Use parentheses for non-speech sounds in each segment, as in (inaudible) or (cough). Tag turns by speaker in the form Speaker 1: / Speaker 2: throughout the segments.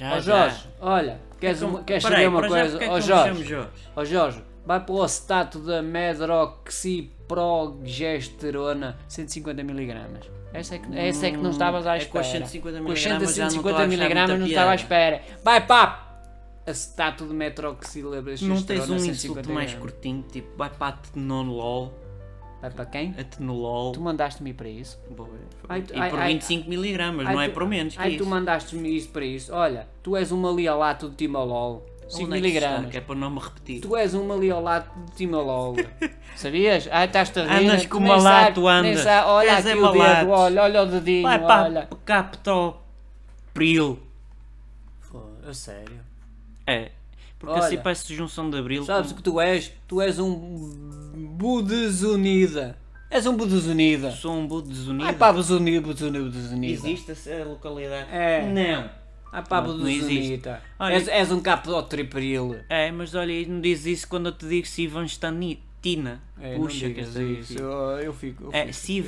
Speaker 1: Ah, Já,
Speaker 2: Ó Jorge, olha, queres, uma- queres
Speaker 1: então, Peraí,
Speaker 2: saber uma
Speaker 1: para já,
Speaker 2: coisa?
Speaker 1: porque é que
Speaker 2: Ó
Speaker 1: eu me
Speaker 2: Jorge,
Speaker 1: chamo Jorge?
Speaker 2: ó Jorge, vai para o acetato da medroxiprogesterona 150mg. Essa é, que, essa é que não estavas à
Speaker 1: é que com
Speaker 2: espera.
Speaker 1: as 150
Speaker 2: Com as
Speaker 1: miligramas já não estou a
Speaker 2: 150
Speaker 1: achar
Speaker 2: miligramas
Speaker 1: muita
Speaker 2: não estava à
Speaker 1: piada.
Speaker 2: espera. Vai pá! Acetato de metroxilabragesterona
Speaker 1: Não tens um
Speaker 2: 150
Speaker 1: insulto mais
Speaker 2: miligramas.
Speaker 1: curtinho, tipo, vai para a Tenonolol,
Speaker 2: Vai para quem?
Speaker 1: a Tenonolol.
Speaker 2: Tu mandaste-me ir para isso?
Speaker 1: Boa, foi
Speaker 2: Ai,
Speaker 1: bom.
Speaker 2: tu-
Speaker 1: e
Speaker 2: ai,
Speaker 1: por
Speaker 2: ai,
Speaker 1: 25 miligramas,
Speaker 2: Ai,
Speaker 1: não é
Speaker 2: tu-
Speaker 1: por menos que
Speaker 2: Ai,
Speaker 1: isso.
Speaker 2: tu mandaste-me isto para isso. Olha, tu és uma lialato de Timolol. 5
Speaker 1: Onde é que se está?
Speaker 2: miligramas.
Speaker 1: Que é para não me repetir.
Speaker 2: um Tu és um maliolato de Timolol.
Speaker 1: (laughs)
Speaker 2: Sabias? Ah, estás-te a rir.
Speaker 1: Andas
Speaker 2: tu
Speaker 1: com
Speaker 2: nem
Speaker 1: malato,
Speaker 2: sabes- nem
Speaker 1: andas.
Speaker 2: sabes- Olha
Speaker 1: És
Speaker 2: aqui
Speaker 1: é
Speaker 2: o
Speaker 1: malato.
Speaker 2: dedo, olha, olha o dedinho,
Speaker 1: Vai
Speaker 2: olha.
Speaker 1: para Capto Pril.
Speaker 2: Pô, a sério?
Speaker 1: É, porque
Speaker 2: Olha.
Speaker 1: assim parece junção de Abril.
Speaker 2: Sabes o
Speaker 1: com-
Speaker 2: que tu és? Tu és um budesunida. És um budesunida.
Speaker 1: Sou um budo desunido.
Speaker 2: Ai pá, budesunida, budesunida, budesunida.
Speaker 1: Existe essa localidade?
Speaker 2: É.
Speaker 1: Não.
Speaker 2: Ai pá,
Speaker 1: Não, não existe.
Speaker 2: budesunida.
Speaker 1: Olha-
Speaker 2: És, és um capotripril.
Speaker 1: É, mas olha, e não diz isso quando eu te digo Sivanstatina.
Speaker 2: É,
Speaker 1: Puxa,
Speaker 2: não
Speaker 1: que eu
Speaker 2: digas
Speaker 1: sei
Speaker 2: isso.
Speaker 1: isso.
Speaker 2: Eu, eu fico. eu
Speaker 1: É,
Speaker 2: fico-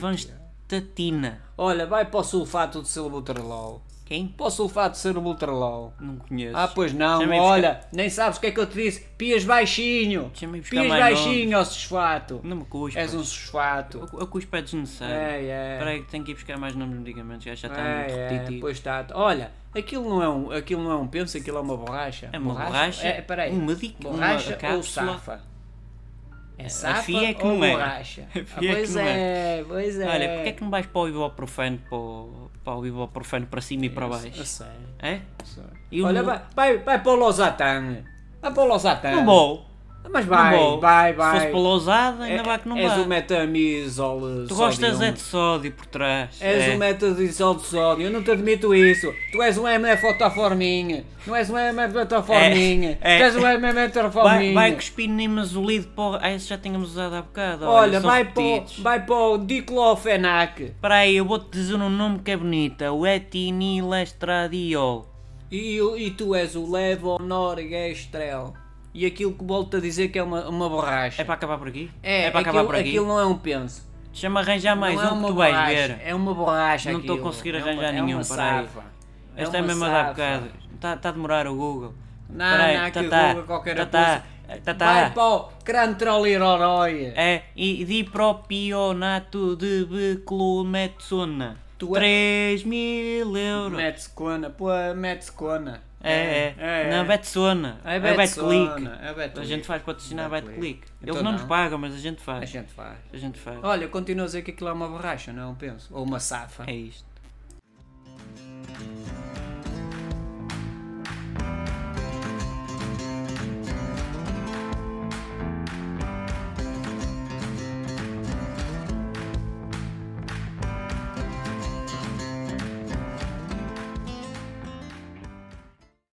Speaker 1: Sivanstatina.
Speaker 2: Olha, vai para o sulfato de silbutralol.
Speaker 1: Quem?
Speaker 2: Para o sulfato de silbutralol.
Speaker 1: Não conheço.
Speaker 2: Ah, pois não,
Speaker 1: Chamei buscar-
Speaker 2: olha, nem sabes o que é que eu te disse. Pias baixinho.
Speaker 1: Chamei buscar
Speaker 2: Pias
Speaker 1: mais Hum,
Speaker 2: baixinho, ó susfato.
Speaker 1: Não me cuspa.
Speaker 2: És um susfato.
Speaker 1: Eu, eu cuspo é desnecessário.
Speaker 2: É, é.
Speaker 1: Espera aí que tenho que ir buscar mais nomes de medicamentos, já está
Speaker 2: É,
Speaker 1: muito
Speaker 2: é,
Speaker 1: repetitivo.
Speaker 2: pois está. Olha, aquilo não é um, aquilo não é um penso, aquilo é uma borracha.
Speaker 1: É uma borracha,
Speaker 2: É, peraí.
Speaker 1: um medicamento, uma
Speaker 2: Borracha ou
Speaker 1: cápsula.
Speaker 2: safa? É safa
Speaker 1: fia é que
Speaker 2: ou
Speaker 1: não é.
Speaker 2: borracha?
Speaker 1: (laughs) A fia
Speaker 2: Ah,
Speaker 1: é que
Speaker 2: pois
Speaker 1: não
Speaker 2: é, pois é.
Speaker 1: Olha, porque é que não vais para o ibuprofeno, para o, para o ibuprofeno para cima e para
Speaker 2: Eu
Speaker 1: baixo?
Speaker 2: sei,
Speaker 1: É?
Speaker 2: eu sei.
Speaker 1: E o
Speaker 2: Olha,
Speaker 1: meu-
Speaker 2: vai, vai, vai para o Losatan. Vai para o Losatan.
Speaker 1: Não vou.
Speaker 2: Mas
Speaker 1: não
Speaker 2: É. vai,
Speaker 1: vou.
Speaker 2: vai,
Speaker 1: Se
Speaker 2: vai.
Speaker 1: fosse para lousada, ainda
Speaker 2: É-
Speaker 1: vai que não
Speaker 2: és
Speaker 1: vai.
Speaker 2: o metamizol
Speaker 1: Tu gostas é de sódio por trás.
Speaker 2: És
Speaker 1: é.
Speaker 2: o metamizol de sódio, eu não te admito isso. Tu és um MF-otoforminho. Não és um MF-otoforminho.
Speaker 1: É, é.
Speaker 2: Tu és um
Speaker 1: Vai,
Speaker 2: MF-otoforminho.
Speaker 1: vai cuspir nimazulido para o... Ah, esse já tínhamos usado há bocado.
Speaker 2: Olha,
Speaker 1: são
Speaker 2: vai para,
Speaker 1: repetidos.
Speaker 2: vai para o diclofenac.
Speaker 1: Espera aí, eu vou-te dizer um nome que é bonito. é O etinilestradiol.
Speaker 2: E, e tu és o levonorgestrel. E aquilo que volto a dizer que é uma, uma borracha.
Speaker 1: É para acabar por aqui?
Speaker 2: É,
Speaker 1: para
Speaker 2: aquilo,
Speaker 1: acabar por aqui?
Speaker 2: aquilo não é um penso.
Speaker 1: Deixa-me arranjar mais
Speaker 2: não é
Speaker 1: um
Speaker 2: uma
Speaker 1: que tu vais
Speaker 2: borracha,
Speaker 1: ver.
Speaker 2: É uma borracha
Speaker 1: Não estou a
Speaker 2: aquilo.
Speaker 1: conseguir
Speaker 2: É uma-
Speaker 1: arranjar
Speaker 2: é uma
Speaker 1: nenhum, peraí.
Speaker 2: safa.
Speaker 1: Esta é,
Speaker 2: uma
Speaker 1: mesmo a dar
Speaker 2: safa.
Speaker 1: bocado. Está tá a demorar o Google.
Speaker 2: Não, não, que o Google qualquer
Speaker 1: tá, tá,
Speaker 2: Vai para o Crantroliroroi.
Speaker 1: É, e dipropionato de beclometsona.
Speaker 2: Tu é-
Speaker 1: 3 mil euros.
Speaker 2: Metscona, pô, Metscona.
Speaker 1: É, é. Não, Betsona.
Speaker 2: É
Speaker 1: É
Speaker 2: Betsona,
Speaker 1: Betclick.
Speaker 2: é Betclick.
Speaker 1: A gente faz patrocinar
Speaker 2: Betclick.
Speaker 1: Betclick. Eles
Speaker 2: Então
Speaker 1: não
Speaker 2: não.
Speaker 1: nos pagam, mas a gente
Speaker 2: A
Speaker 1: faz.
Speaker 2: gente faz.
Speaker 1: A gente faz.
Speaker 2: Olha, eu continuo a dizer que aquilo é uma borracha, não penso. Ou uma safa.
Speaker 1: É isto.